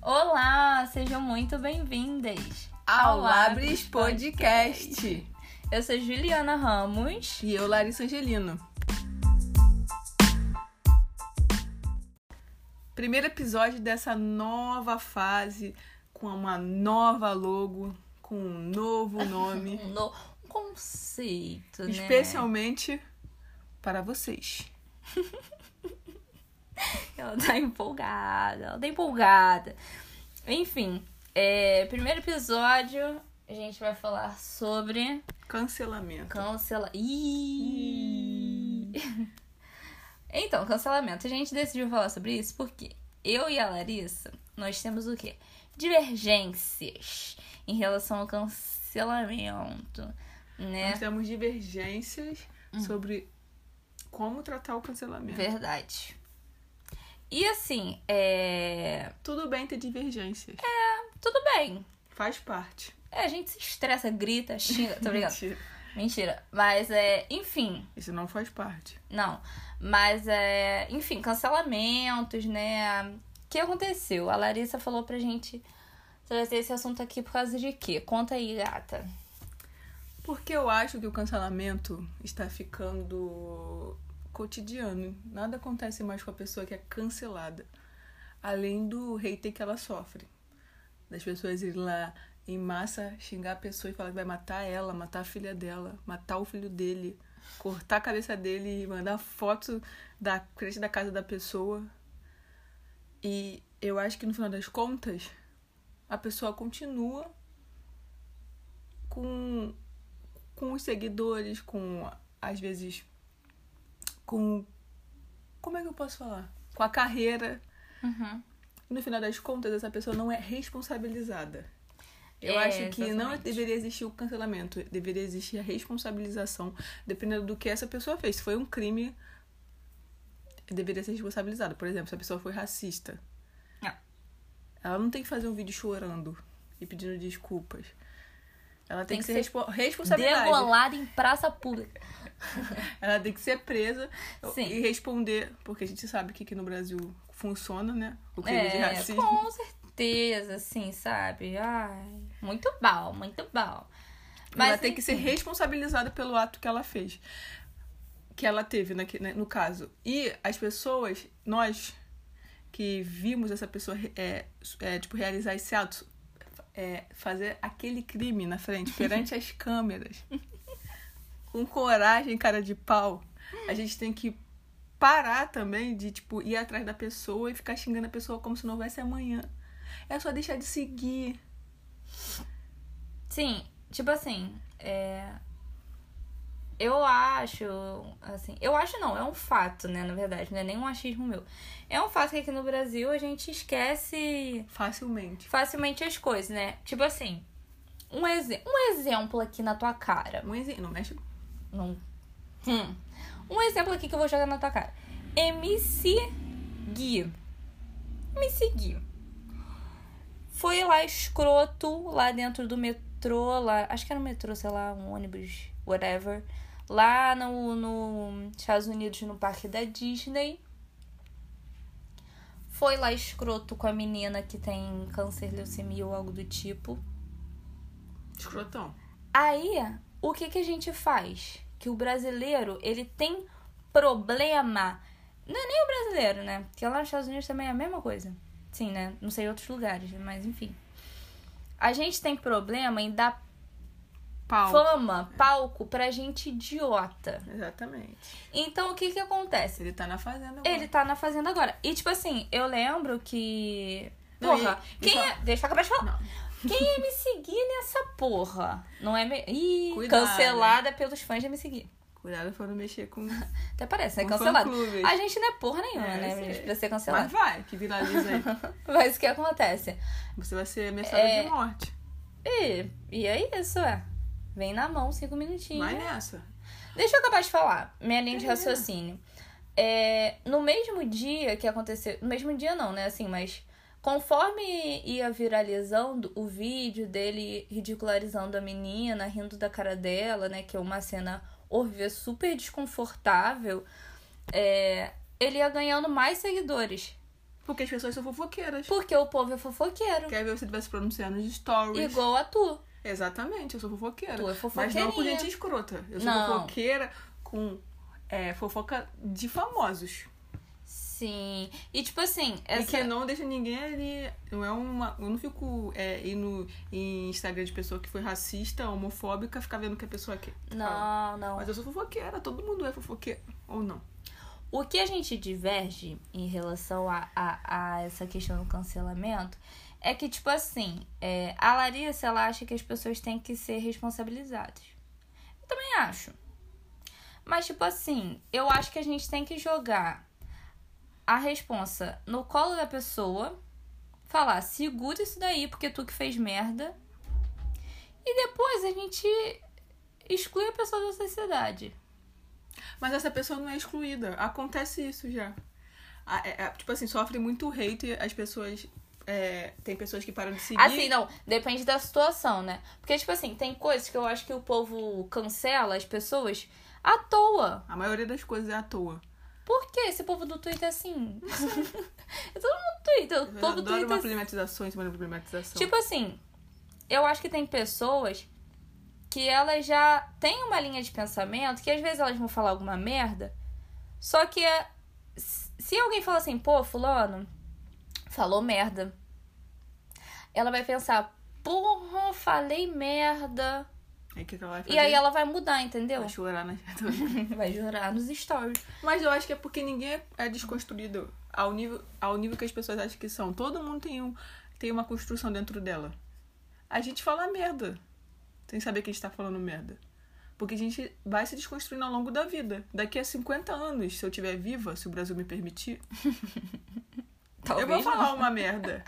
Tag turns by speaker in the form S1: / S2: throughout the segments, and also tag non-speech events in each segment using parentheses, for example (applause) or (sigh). S1: Olá, sejam muito bem-vindas
S2: ao Labres Podcast.
S1: Eu sou Juliana Ramos.
S2: E eu, Larissa Angelino. Primeiro episódio dessa nova fase, com uma nova logo, com um novo nome,
S1: Um no- um conceito, né?
S2: especialmente para vocês.
S1: Ela tá empolgada, ela tá empolgada. Enfim, é, primeiro episódio, a gente vai falar sobre
S2: Cancelamento.
S1: cancela. Ih! (laughs) então, cancelamento. A gente decidiu falar sobre isso porque eu e a Larissa, nós temos o quê? Divergências em relação ao cancelamento, né?
S2: Nós temos divergências sobre como tratar o cancelamento.
S1: Verdade. E assim, é...
S2: Tudo bem ter divergências.
S1: tudo bem.
S2: Faz parte.
S1: É, a gente se estressa, grita, xinga. Tô
S2: (laughs)
S1: brincando.
S2: Mentira.
S1: Mentira. Mas é, enfim,
S2: Isso não faz parte.
S1: não. Mas é, enfim, cancelamentos, né? O que aconteceu? A Larissa falou pra gente trazer esse assunto aqui por causa de quê? Conta aí, gata.
S2: Porque eu acho que o cancelamento está ficando cotidiano. Nada acontece mais com a pessoa que é cancelada. Além do hater que ela sofre. Das pessoas ir lá em massa xingar a pessoa e falar que vai matar ela, matar a filha dela, matar o filho dele, cortar a cabeça dele e mandar foto da frente da casa da pessoa. E eu acho que no final das contas, a pessoa continua com com os seguidores, com às vezes com como é que eu posso falar? Com a carreira.
S1: Uhum.
S2: No final das contas, essa pessoa não é responsabilizada. Eu
S1: É,
S2: acho que não
S1: exatamente.
S2: deveria existir o cancelamento, deveria existir a responsabilização, dependendo do que essa pessoa fez. Se foi um crime, deveria ser responsabilizada. Por exemplo, se a pessoa foi racista,
S1: É.
S2: ela não tem que fazer um vídeo chorando e pedindo desculpas. Ela tem,
S1: Tem
S2: que,
S1: que
S2: ser,
S1: ser
S2: respo responsabilizada.
S1: Degolada em praça pública.
S2: Ela tem que ser presa
S1: Sim.
S2: e responder, porque a gente sabe que aqui no Brasil funciona, né? O crime de
S1: É,
S2: racismo.
S1: com certeza, assim, sabe? Ai, muito bom, muito bom.
S2: Mas
S1: Mas
S2: ela tem que ser
S1: enfim.
S2: responsabilizada pelo ato que ela fez. Que ela teve naque- né, no caso. E as pessoas, nós que vimos essa pessoa re- é, su- é, tipo, realizar esse ato, é, fazer aquele crime na frente,
S1: (laughs)
S2: perante as câmeras, com coragem, cara de pau, a gente tem que parar também de, tipo, ir atrás da pessoa e ficar xingando a pessoa como se não houvesse amanhã. É só deixar de seguir.
S1: Sim, tipo assim, é... eu acho, assim, eu acho não, é um fato, né, na verdade, não é nem um achismo meu. É um fato que aqui no Brasil a gente esquece
S2: Facilmente.
S1: facilmente as coisas, né? Tipo assim, um, exe um exemplo aqui na tua cara.
S2: Um exemplo, não mexe
S1: Não... Hum. Um exemplo aqui que eu vou jogar na tua cara. MC Gui. MC Gui. Foi lá escroto, lá dentro do metrô, lá. Acho que era um metrô, sei lá, um ônibus, whatever. Lá no, no Estados Unidos, no parque da Disney. Foi lá escroto com a menina que tem câncer, leucemia ou algo do tipo.
S2: Escrotão.
S1: Aí, o que que a gente faz? Que o brasileiro, ele tem problema. Não é nem o brasileiro, né? Porque lá nos Estados Unidos também é a mesma coisa. Sim, né? Não sei em outros lugares, mas enfim. A gente tem problema em dar
S2: Pau.
S1: fama, palco pra gente idiota.
S2: Exatamente.
S1: Então, o que que acontece?
S2: Ele tá na fazenda agora.
S1: Ele tá na fazenda agora. E, tipo assim, eu lembro que...
S2: Não, e-
S1: Porra,
S2: e
S1: quem
S2: só-
S1: é... Deixa eu acabar de falar.
S2: Não.
S1: Quem ia me seguir nessa porra? Não é me... Ih,
S2: Cuidado,
S1: cancelada pelos fãs de me seguir.
S2: Cuidado pra não mexer com,
S1: Até parece, né?
S2: com
S1: Cancelada.
S2: fã-clubes.
S1: A gente não é porra nenhuma,
S2: Um É,
S1: né,
S2: eu sei.
S1: gente? Pra ser
S2: Mas
S1: cancelada.
S2: vai, que viraliza
S1: (laughs)
S2: aí.
S1: Mas o que acontece?
S2: Você vai ser ameaçada
S1: É.
S2: de morte.
S1: E, e é isso, é. Vem na mão, cinco minutinhos.
S2: Vai nessa.
S1: Deixa eu acabar de falar. Minha linha de
S2: Termina.
S1: raciocínio. É, no mesmo dia que aconteceu. No mesmo dia não, né? Assim, mas conforme ia viralizando o vídeo dele ridicularizando a menina, rindo da cara dela, né? Que é uma cena horrível, super desconfortável. é, ele ia ganhando mais seguidores.
S2: Porque as pessoas são fofoqueiras.
S1: Porque o povo é fofoqueiro.
S2: Quer ver você tivesse pronunciando nos stories.
S1: Igual a tu.
S2: Exatamente, eu sou fofoqueira.
S1: Tu é
S2: Mas não com
S1: fofoqueirinha.
S2: gente escrota. Eu sou
S1: Não.
S2: fofoqueira com é, fofoca de famosos.
S1: Sim. E tipo assim,
S2: E
S1: essa...
S2: É que não deixa ninguém ali. Não é uma. Eu não fico é, indo em Instagram de pessoa que foi racista, homofóbica, ficar vendo que a pessoa quer.
S1: Não, não.
S2: Mas eu sou fofoqueira, todo mundo é fofoqueiro. Ou não?
S1: O que a gente diverge em relação a, a, a essa questão do cancelamento é que, tipo assim, é, a Larissa ela acha que as pessoas têm que ser responsabilizadas. Eu também acho. Mas, tipo assim, eu acho que a gente tem que jogar a responsa no colo da pessoa, falar, segura isso daí, porque tu que fez merda. E depois a gente exclui a pessoa da sociedade.
S2: Mas essa pessoa não é excluída. Acontece isso já. A- é- é, tipo assim, sofre muito hate as pessoas. é, tem pessoas que param de seguir.
S1: Assim, não, depende da situação, né? Porque, tipo assim, tem coisas que eu acho que o povo cancela as pessoas à toa.
S2: A maioria das coisas é à toa.
S1: Por que esse povo do Twitter é
S2: (laughs)
S1: assim? é todo mundo do Twitter. O
S2: Eu
S1: povo do
S2: adoro uma
S1: Twitter. é
S2: problematização em cima de uma problematização.
S1: Tipo assim, eu acho que tem pessoas que elas já têm uma linha de pensamento que às vezes elas vão falar alguma merda, só que é- se alguém fala assim, pô, fulano, falou merda. Ela vai pensar, porra, falei merda.
S2: Aí É que ela vai fazer?
S1: E aí ela vai mudar, entendeu?
S2: Vai chorar nas
S1: Vai jurar nos stories.
S2: Mas eu acho que é porque ninguém é- é desconstruído ao nível, ao nível que as pessoas acham que são. Todo mundo tem, um, tem uma construção dentro dela. A gente fala merda. Sem saber que a gente tá falando merda. Porque a gente vai se desconstruindo ao longo da vida. Daqui a 50 anos, se eu estiver viva, se o Brasil me permitir,
S1: Talvez
S2: eu
S1: não.
S2: vou falar uma merda.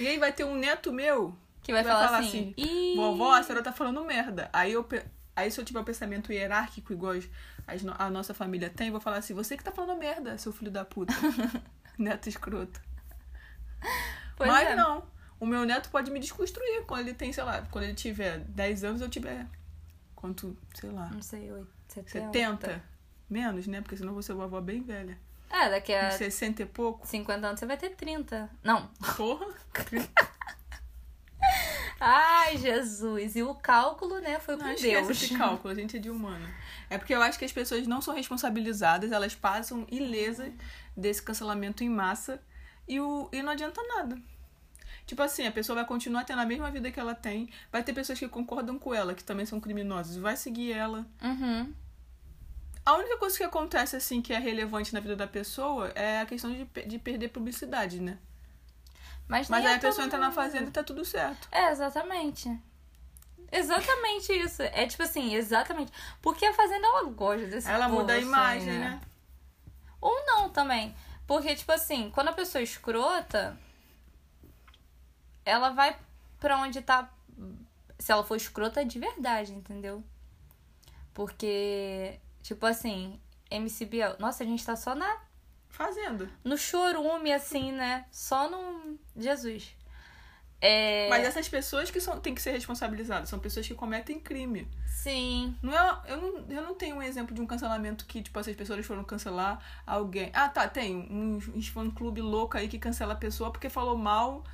S2: E aí vai ter um neto meu
S1: Que vai,
S2: vai
S1: falar,
S2: falar
S1: assim.
S2: assim,
S1: Ih,
S2: Vovó, a senhora tá falando merda. Aí eu pe- aí se eu tiver um pensamento hierárquico igual as- as no- a nossa família tem, eu vou falar assim: "Você que tá falando merda, seu filho
S1: (laughs)
S2: da puta". neto escroto.
S1: pois
S2: Mas
S1: é.
S2: não. O meu neto pode me desconstruir quando ele tem, sei lá, quando ele tiver 10 anos, eu tiver quanto, sei lá,
S1: Não sei, 8, 70.
S2: 70. Menos, né? Porque senão eu vou ser uma avó bem velha.
S1: É, daqui a
S2: Uns 60 e pouco.
S1: 50 anos você vai ter 30. Não.
S2: Porra.
S1: Ai, Jesus. E o cálculo, né, foi
S2: Não
S1: com
S2: esquece
S1: Deus.
S2: esse cálculo, a gente é de humana. É porque eu acho que as pessoas não são responsabilizadas, elas passam ilesas desse cancelamento em massa e, o, e não adianta nada. Tipo assim, a pessoa vai continuar tendo a mesma vida que ela tem, vai ter pessoas que concordam com ela, que também são criminosas, vai seguir ela.
S1: (laughs) Uhum.
S2: A única coisa que acontece, assim, que é relevante na vida da pessoa é a questão de, pe- de perder publicidade, né?
S1: Mas,
S2: Mas
S1: nem
S2: aí
S1: é
S2: a pessoa
S1: todo
S2: entra na
S1: mundo.
S2: fazenda e tá tudo certo.
S1: É, exatamente. Exatamente isso. É tipo assim, exatamente. Porque a Fazenda, ela gosta desse
S2: Ela
S1: povo,
S2: muda a
S1: assim,
S2: imagem, né?
S1: Ou não também. Porque, tipo assim, quando a pessoa é escrota, ela vai pra onde tá. Se ela for escrota de verdade, entendeu? Porque, tipo assim, MC Biel. Nossa, a gente tá só na,
S2: Fazenda.
S1: no chorume, assim, né? Só no. Jesus. É.
S2: Mas essas pessoas que são, têm que ser responsabilizadas, são pessoas que cometem crime.
S1: Sim.
S2: Não é, eu, não, eu não tenho um exemplo de um cancelamento que, tipo, essas pessoas foram cancelar alguém. Ah, tá, tem uns, uns fã-clube louco aí que cancela a pessoa porque falou mal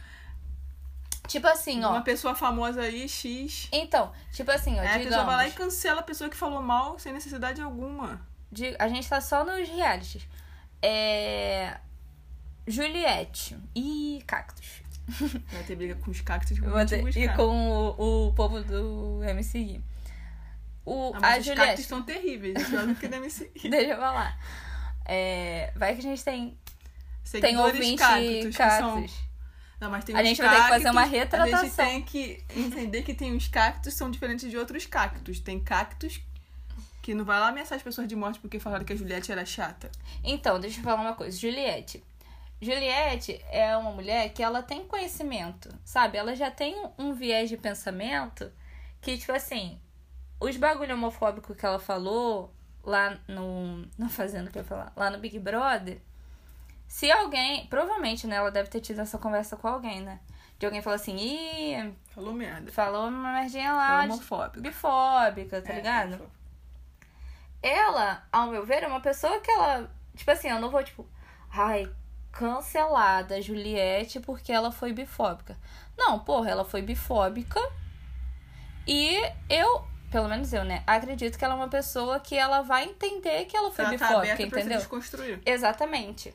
S1: Tipo assim,
S2: de uma
S1: ó.
S2: pessoa famosa aí, X.
S1: Então, tipo assim, ó.
S2: Aí a pessoa vai lá e
S1: digamos,
S2: cancela a pessoa que falou mal sem necessidade alguma.
S1: de- a gente tá só nos realities. É. Juliette e Cactus.
S2: Vai ter briga com os cactos que
S1: Eu
S2: vão
S1: vou
S2: te
S1: ter- e
S2: buscar.
S1: com o, o povo do MC Gui. O,
S2: Ah, mas
S1: a
S2: os
S1: Juliette,
S2: cactos são terríveis, é pior do que deve ser.
S1: (laughs) deixa eu falar. É, vai que a gente tem, tem
S2: Seguidores
S1: ouvinte cactus.
S2: cactos, que são Não, mas tem
S1: A
S2: uns
S1: gente vai ter que fazer uma
S2: cactos, A gente
S1: retratação.
S2: tem que entender que tem uns cactos que são diferentes de outros cactos. Tem cactos que não vai lá ameaçar as pessoas de morte porque falaram que a Juliette era chata.
S1: Então, deixa eu falar uma coisa. Juliette. Juliette é uma mulher que ela tem conhecimento, sabe? Ela já tem um- um viés de pensamento que, tipo assim, os bagulho homofóbico que ela falou lá no. Não fazendo pra falar, lá no Big Brother. Se alguém. Provavelmente, né? Ela deve ter tido essa conversa com alguém, né? De alguém falar assim, ih,
S2: Falou merda.
S1: falou uma merdinha lá,
S2: Foi
S1: de-
S2: homofóbica.
S1: bifóbica, tá
S2: É,
S1: ligado?
S2: homofóbica.
S1: ela, ao meu ver, é uma pessoa que ela. Tipo assim, eu não vou, tipo, ai, cancelada Juliette porque ela foi bifóbica. Não, porra, ela foi bifóbica. E eu, pelo menos eu, né, acredito que ela é uma pessoa que ela vai entender que ela foi
S2: Ela tá
S1: bifóbica,
S2: aberta pra se
S1: entendeu?
S2: desconstruir.
S1: Exatamente.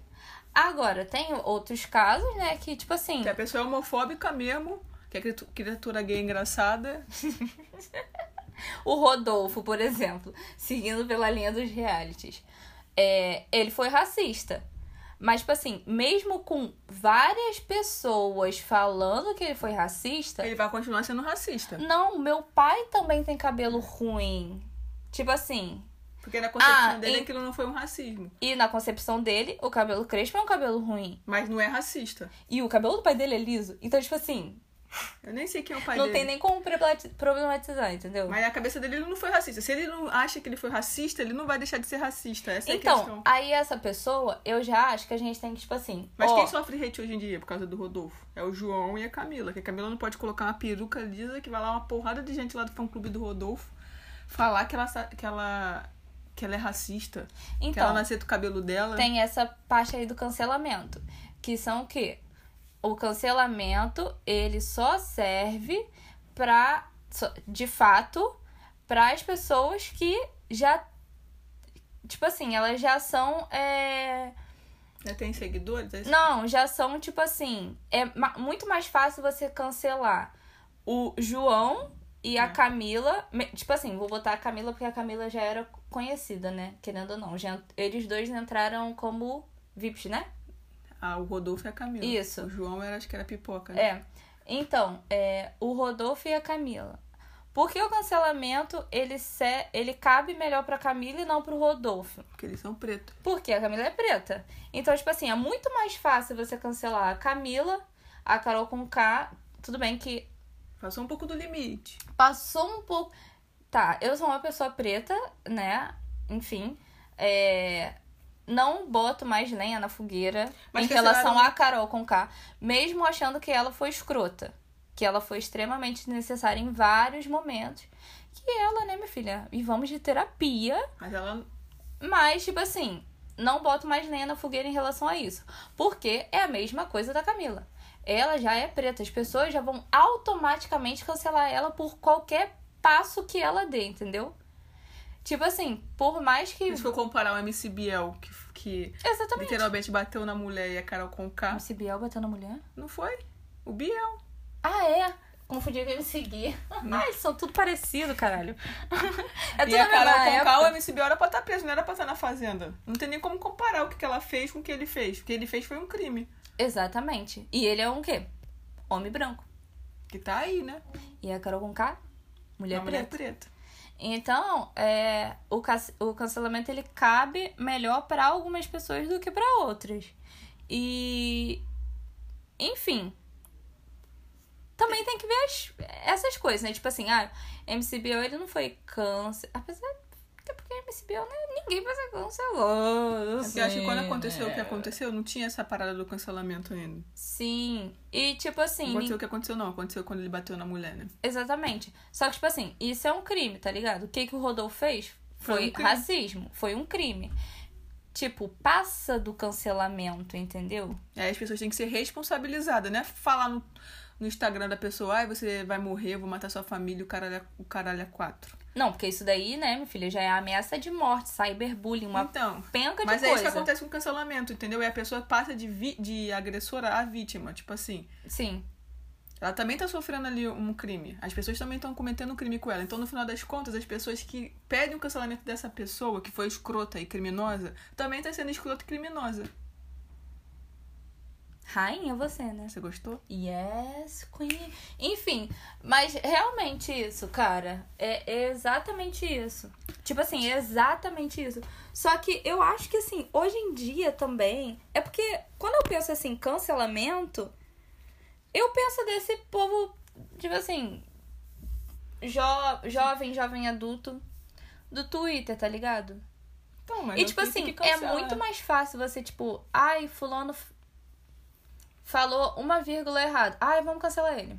S1: Agora, tem outros casos, né, que tipo assim,
S2: Que a pessoa é homofóbica mesmo, que é criatu- criatura gay engraçada.
S1: o Rodolfo, por exemplo, seguindo pela linha dos realities, é, ele foi racista. Mas, tipo assim, mesmo com várias pessoas falando que ele foi racista,
S2: Ele vai continuar sendo racista.
S1: Não, meu pai também tem cabelo ruim. Tipo assim,
S2: Porque na concepção
S1: Ah,
S2: dele
S1: e-
S2: aquilo não foi um racismo.
S1: e na concepção dele, o cabelo crespo é um cabelo ruim.
S2: Mas não é racista.
S1: E o cabelo do pai dele é liso. Então, tipo assim,
S2: Eu nem sei quem é o pai
S1: não
S2: dele.
S1: tem nem como problemati- problematizar, entendeu?
S2: Mas na cabeça dele ele não foi racista. Se ele não acha que ele foi racista, ele não vai deixar de ser racista. Essa é a
S1: então,
S2: questão.
S1: aí essa pessoa, eu já acho que a gente tem que, tipo assim.
S2: Mas
S1: ó,
S2: quem sofre hate hoje em dia por causa do Rodolfo? É o João e a Camila. Que a Camila não pode colocar uma peruca lisa que vai lá uma porrada de gente lá do fã clube do Rodolfo falar que ela, sa- que ela, que ela é racista. que ela
S1: então,
S2: nasceu com o cabelo dela.
S1: tem essa parte aí do cancelamento. Que são o quê? O cancelamento, ele só serve pra, só- de fato, para as pessoas que já. Tipo assim, elas já são. é,
S2: né? Tem seguidores? é isso?
S1: Não, já são, tipo assim. É ma- muito mais fácil você cancelar o João e a
S2: É.
S1: Camila. Me- Tipo assim, vou botar a Camila porque a Camila já era conhecida, né? Querendo ou não. Já, eles dois entraram como VIPs, né?
S2: Ah, o Rodolfo e a Camila.
S1: Isso.
S2: O João era, acho que era pipoca. né?
S1: É. Então, é, o Rodolfo e a Camila. Porque o cancelamento, ele, se, ele cabe melhor pra Camila e não pro Rodolfo.
S2: Porque eles são pretos.
S1: Porque a Camila é preta. Então, tipo assim, é muito mais fácil você cancelar a Camila, a Carol com K. Tudo bem que
S2: Passou um pouco do limite.
S1: passou um pouco. Tá, eu sou uma pessoa preta, né? Enfim. É... Não boto mais lenha na fogueira
S2: Mas
S1: em
S2: cancelaram-
S1: relação à Carol com K, mesmo achando que ela foi escrota. Que ela foi extremamente desnecessária em vários momentos. Que ela, né, minha filha? E vamos de terapia.
S2: Mas ela.
S1: Mas, tipo assim, não boto mais lenha na fogueira em relação a isso. Porque é a mesma coisa da Camila. Ela já é preta. As pessoas já vão automaticamente cancelar ela por qualquer passo que ela dê, entendeu? Tipo assim, por mais que.
S2: Se for comparar o MC Biel, que, que
S1: Exatamente.
S2: literalmente bateu na mulher e a Carol com K.
S1: MC Biel bateu na mulher?
S2: Não foi? O Biel.
S1: Ah, é? Confundi com MC Gui.
S2: Não.
S1: Ai, são tudo parecido,
S2: (laughs)
S1: caralho. é tudo
S2: e a
S1: a
S2: Carol
S1: mesma
S2: com K, é- o
S1: época.
S2: MC Biel era pra estar preso, não era pra estar na fazenda. Não tem nem como comparar o que, que ela fez com o que ele fez. O que ele fez foi um crime.
S1: Exatamente. E ele é um quê? Homem branco.
S2: Que tá aí, né?
S1: E a Carol com K? Mulher
S2: Uma
S1: preta.
S2: mulher preta.
S1: Então, é, o, cas- o cancelamento ele cabe melhor para algumas pessoas do que para outras. E. Enfim. Também tem que ver as- essas coisas, né? Tipo assim, ah, MCBO ele não foi câncer. Apesar. Até porque MCBO, né? Ninguém vai ser cancelado.
S2: É Eu acho que quando
S1: assim,
S2: aconteceu o que
S1: né?
S2: aconteceu, não tinha essa parada do cancelamento ainda.
S1: Sim. E tipo assim. nin-
S2: Não aconteceu o que aconteceu, não. Aconteceu quando ele bateu na mulher, né?
S1: Exatamente. Só que, tipo assim, isso é um crime, tá ligado? O que, que o Rodolfo fez?
S2: Foi
S1: Foi
S2: um crime.
S1: racismo, foi um crime. Tipo, passa do cancelamento, entendeu?
S2: Aí as pessoas têm que ser responsabilizadas, né? Falar no, no Instagram da pessoa, ai, você vai morrer, eu vou matar sua família, o caralho, é- o caralho é quatro.
S1: Não, porque isso daí, né, minha filha, já é ameaça de morte, cyberbullying, uma
S2: Então,
S1: penca de
S2: mas é
S1: coisa.
S2: isso que acontece com o cancelamento, entendeu? E a pessoa passa de, vi- de agressora a vítima, tipo assim.
S1: Sim,
S2: Ela também tá sofrendo ali um crime. As pessoas também estão cometendo um crime com ela. Então, no final das contas, as pessoas que pedem o cancelamento dessa pessoa, que foi escrota e criminosa, também tá sendo escrota e criminosa.
S1: rainha você, né?
S2: Você gostou?
S1: Yes, queen. Enfim, mas realmente isso, cara. É é exatamente isso. Tipo assim, é exatamente isso. Só que eu acho que assim, hoje em dia também. É porque quando eu penso assim, cancelamento, eu penso desse povo, tipo assim, jo jovem, jovem adulto do Twitter, tá ligado?
S2: Então, mas
S1: E
S2: eu
S1: tipo
S2: tenho
S1: assim,
S2: que
S1: é
S2: cancelar.
S1: muito mais fácil você, tipo, ai, fulano f- falou uma vírgula errada. Ai, vamos cancelar ele.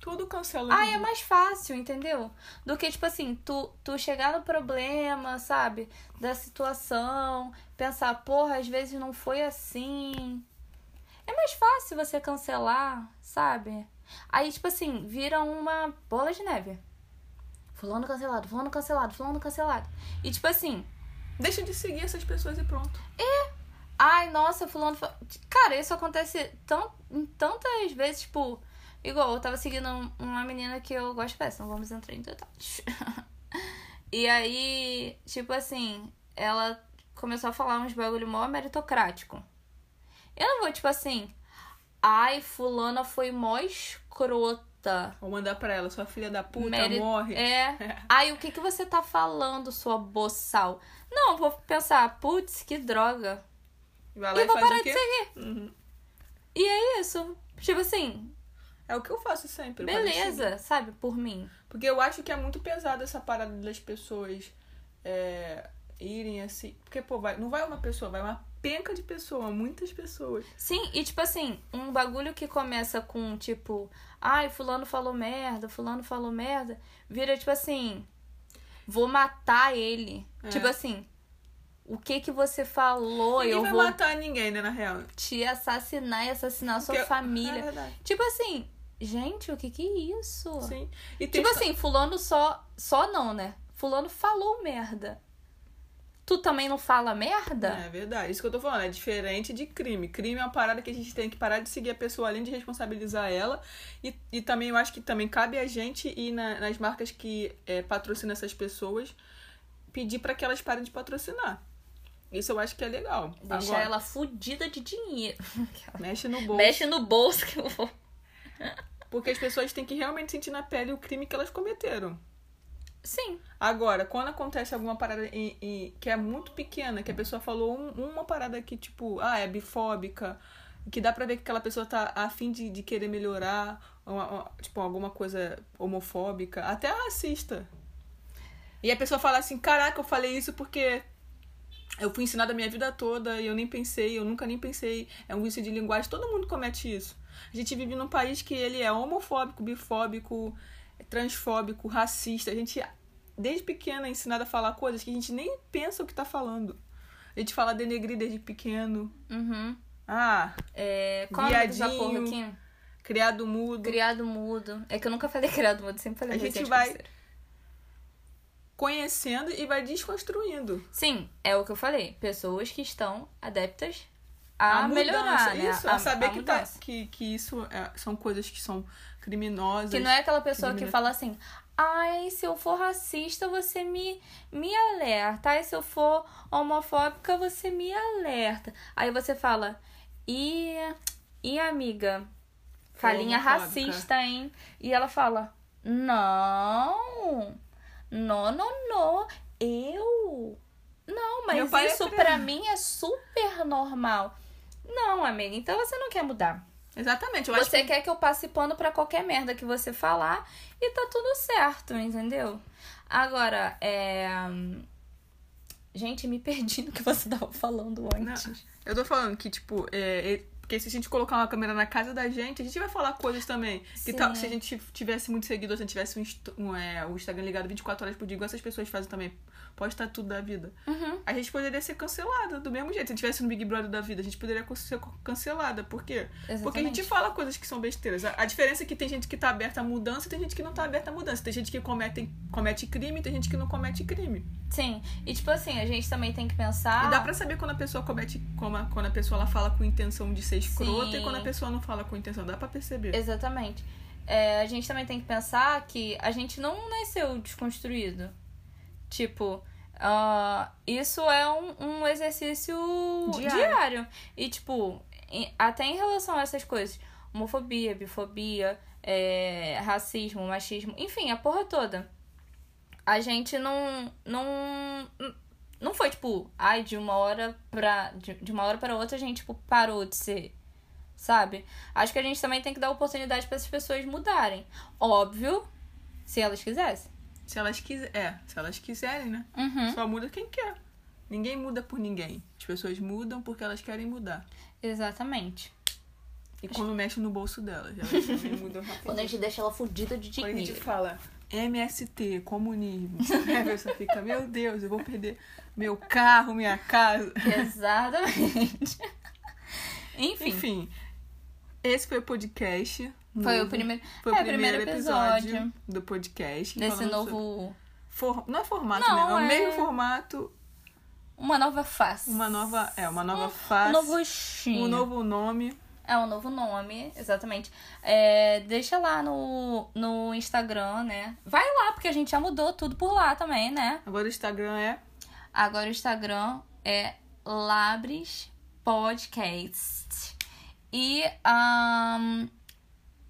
S2: Tudo cancela.
S1: Ah,
S2: hoje em
S1: é mais fácil, entendeu? Do que, tipo assim, tu, tu chegar no problema, sabe? Da situação, pensar, porra, às vezes não foi assim. É mais fácil você cancelar, sabe? Aí, tipo assim, vira uma bola de neve. Fulano cancelado, fulano cancelado, fulano cancelado. E, tipo assim,
S2: Deixa de seguir essas pessoas e pronto.
S1: Ai, nossa, fulano. fa- Cara, isso acontece tão, em tantas vezes, tipo. Igual, eu tava seguindo um- uma menina que eu gosto dessa, não vamos entrar em detalhes. (laughs) e aí, tipo assim, ela começou a falar uns bagulho mó meritocrático. Eu não vou, tipo assim. Ai, fulana foi mó
S2: (laughs)
S1: escrota.
S2: Vou mandar pra ela, sua filha da puta
S1: Meri-
S2: morre.
S1: É. Ai, o que, que você tá falando, sua boçal? Não, eu vou pensar, putz, que droga.
S2: Vai
S1: E
S2: lá e,
S1: eu vou
S2: faz
S1: parar
S2: o
S1: de
S2: quê?
S1: seguir.
S2: Uhum.
S1: E é isso. Tipo assim,
S2: É o que eu faço sempre. eu paro de seguir.
S1: beleza, sabe? Por mim.
S2: Porque eu acho que é muito pesado essa parada das pessoas é, irem assim. Porque, pô, vai, não vai uma pessoa, vai uma penca de pessoa, muitas pessoas.
S1: Sim, e tipo assim, um bagulho que começa com tipo, ai, fulano falou merda, fulano falou merda, vira tipo assim, vou matar ele.
S2: É.
S1: Tipo assim, o que que você falou?
S2: Ninguém
S1: eu
S2: vai
S1: vou
S2: matar ninguém, né, na real.
S1: te assassinar e assassinar a sua
S2: Porque- É
S1: família.
S2: verdade.
S1: Tipo assim, gente, o que que é isso?
S2: Sim. E tem
S1: Tipo assim, fulano só. Só não, né? Fulano falou merda. Tu também não fala merda?
S2: É verdade. Isso que eu tô falando é diferente de crime. Crime é uma parada que a gente tem que parar de seguir a pessoa, além de responsabilizar ela. E, e também eu acho que também cabe a gente ir na- nas marcas que é, patrocinam essas pessoas, pedir pra que elas parem de patrocinar. Isso eu acho que é legal.
S1: Deixar
S2: Agora,
S1: ela fudida de dinheiro.
S2: mexe no bolso.
S1: Mexe no bolso que eu vou.
S2: Porque as pessoas têm que realmente sentir na pele o crime que elas cometeram.
S1: Sim.
S2: Agora, quando acontece alguma parada em- em- que é muito pequena, que a pessoa falou um- uma parada que, tipo, ah, é bifóbica, que dá pra ver que aquela pessoa tá afim de, de querer melhorar, uma- uma- tipo, alguma coisa homofóbica, até racista. E a pessoa fala assim, caraca, eu falei isso porque eu fui ensinada a minha vida toda e eu nem pensei, eu nunca nem pensei. É um vício de linguagem, todo mundo comete isso. A gente vive num país que ele é homofóbico, bifóbico, transfóbico, racista. A gente, desde pequena, é ensinada a falar coisas que a gente nem pensa o que tá falando. A gente fala denegrir desde pequeno.
S1: Uhum.
S2: Ah,
S1: É, qual é o nome dessa
S2: Viadinho.
S1: porra aqui?
S2: criado mudo.
S1: Criado mudo. É que eu nunca falei (laughs) criado mudo, é sempre falei
S2: A gente
S1: adolescente
S2: vai-
S1: parceiro.
S2: Conhecendo e vai desconstruindo.
S1: Sim, é o que eu falei. Pessoas que estão adeptas a, melhorar, né?
S2: Isso, a, saber que, tá,
S1: mudança.
S2: que, que isso é- são coisas que são criminosas.
S1: Que não é aquela pessoa que
S2: Diminui.
S1: fala assim, ai, se eu for racista, você me, me alerta. Ai, se eu for homofóbica, você me alerta. Aí você fala, e, e amiga, falinha
S2: homofóbica."
S1: racista, hein? E ela fala, não, não, não, não, eu... Não, mas
S2: Meu pai é
S1: isso
S2: trans."
S1: pra mim é super normal. Não, amiga, então você não quer mudar.
S2: Exatamente, eu acho
S1: Você quer que eu passe pano pra qualquer merda que você falar e tá tudo certo, entendeu? Agora, é. Gente, me perdi no que você tava falando antes.
S2: Eu tô falando que, tipo, é, é- porque se a gente colocar uma câmera na casa da gente, a gente vai falar coisas também. Que
S1: Sim. é.
S2: tal, se a gente tivesse muito seguidor, se a gente tivesse um, inst- um, é, o Instagram ligado 24 horas por dia, igual essas pessoas fazem também, posta tudo da vida.
S1: Uhum.
S2: A gente poderia ser cancelada do mesmo jeito. Se a gente tivesse no Big Brother da vida, a gente poderia co- ser co- cancelada. Por quê? Porque a gente
S1: Exatamente.
S2: fala coisas que são besteiras. A, a diferença é que tem gente que tá aberta à mudança e tem gente que não tá aberta à mudança. Tem gente que comete, comete crime e tem gente que não comete crime.
S1: Sim. E tipo assim, a gente também tem que pensar.
S2: E dá pra saber quando a pessoa comete, como a- quando a pessoa ela fala com intenção de ser escrota
S1: Sim.
S2: e quando a pessoa não fala com intenção. Dá pra perceber.
S1: Exatamente. É, a gente também tem que pensar que a gente não nasceu desconstruído. Tipo, ah, isso é um, um exercício diário.
S2: Diário.
S1: E, tipo, em- até em relação a essas coisas, homofobia, bifobia, é, racismo, machismo, enfim, a porra toda. A gente não. não não foi tipo, ai, de uma hora pra. De, de uma hora pra outra a gente, tipo, parou de ser. Sabe? Acho que a gente também tem que dar oportunidade pra essas pessoas mudarem. Óbvio, se elas quisessem.
S2: Se elas quiserem. É, se elas quiserem, né?
S1: Uhum.
S2: Só muda quem quer. Ninguém muda por ninguém. As pessoas mudam porque elas querem mudar.
S1: Exatamente.
S2: E quando mexe no bolso dela, já vai-
S1: (laughs)
S2: muda rapidinho.
S1: Quando a gente deixa ela fudida de
S2: Quando a gente
S1: dinheiro.
S2: fala MST, comunismo, (laughs) a pessoa fica, meu Deus, eu vou perder meu carro, minha casa.
S1: Exatamente. (laughs) Enfim,
S2: Enfim, esse foi o podcast.
S1: foi
S2: novo.
S1: o primeiro.
S2: Foi o
S1: é,
S2: primeiro episódio, do podcast.
S1: desse
S2: falando sobre-
S1: novo.
S2: for- Não é formato,
S1: Não,
S2: né? É o
S1: é-
S2: mesmo formato,
S1: Uma nova face.
S2: uma nova. É, uma nova
S1: Um
S2: face.
S1: novo rostinho.
S2: um novo nome.
S1: É um novo nome, exatamente. É, deixa lá no, no Instagram, né? Vai lá, porque a gente já mudou tudo por lá também, né?
S2: Agora o Instagram é
S1: Agora o Instagram é Labres Podcast. E ahn,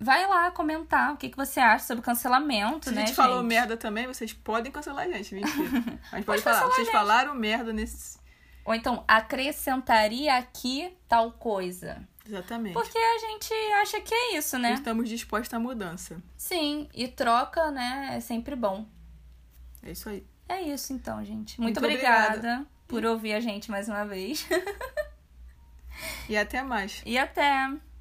S1: vai lá comentar o que, que você acha sobre cancelamento,
S2: Se a
S1: né?
S2: gente falou merda também, vocês podem cancelar a
S1: (laughs)
S2: gente, mentira. Mas pode falar,
S1: cancelar
S2: vocês
S1: a gente.
S2: falaram merda nesse.
S1: Ou então, acrescentaria aqui tal coisa.
S2: Exatamente.
S1: Porque a gente acha que é isso, né?
S2: Estamos dispostos à mudança.
S1: Sim, e troca, né? É sempre bom.
S2: É isso aí.
S1: É isso então, gente. Muito,
S2: Muito
S1: obrigada, por ouvir a gente mais uma vez.
S2: E até mais.
S1: (laughs) E até!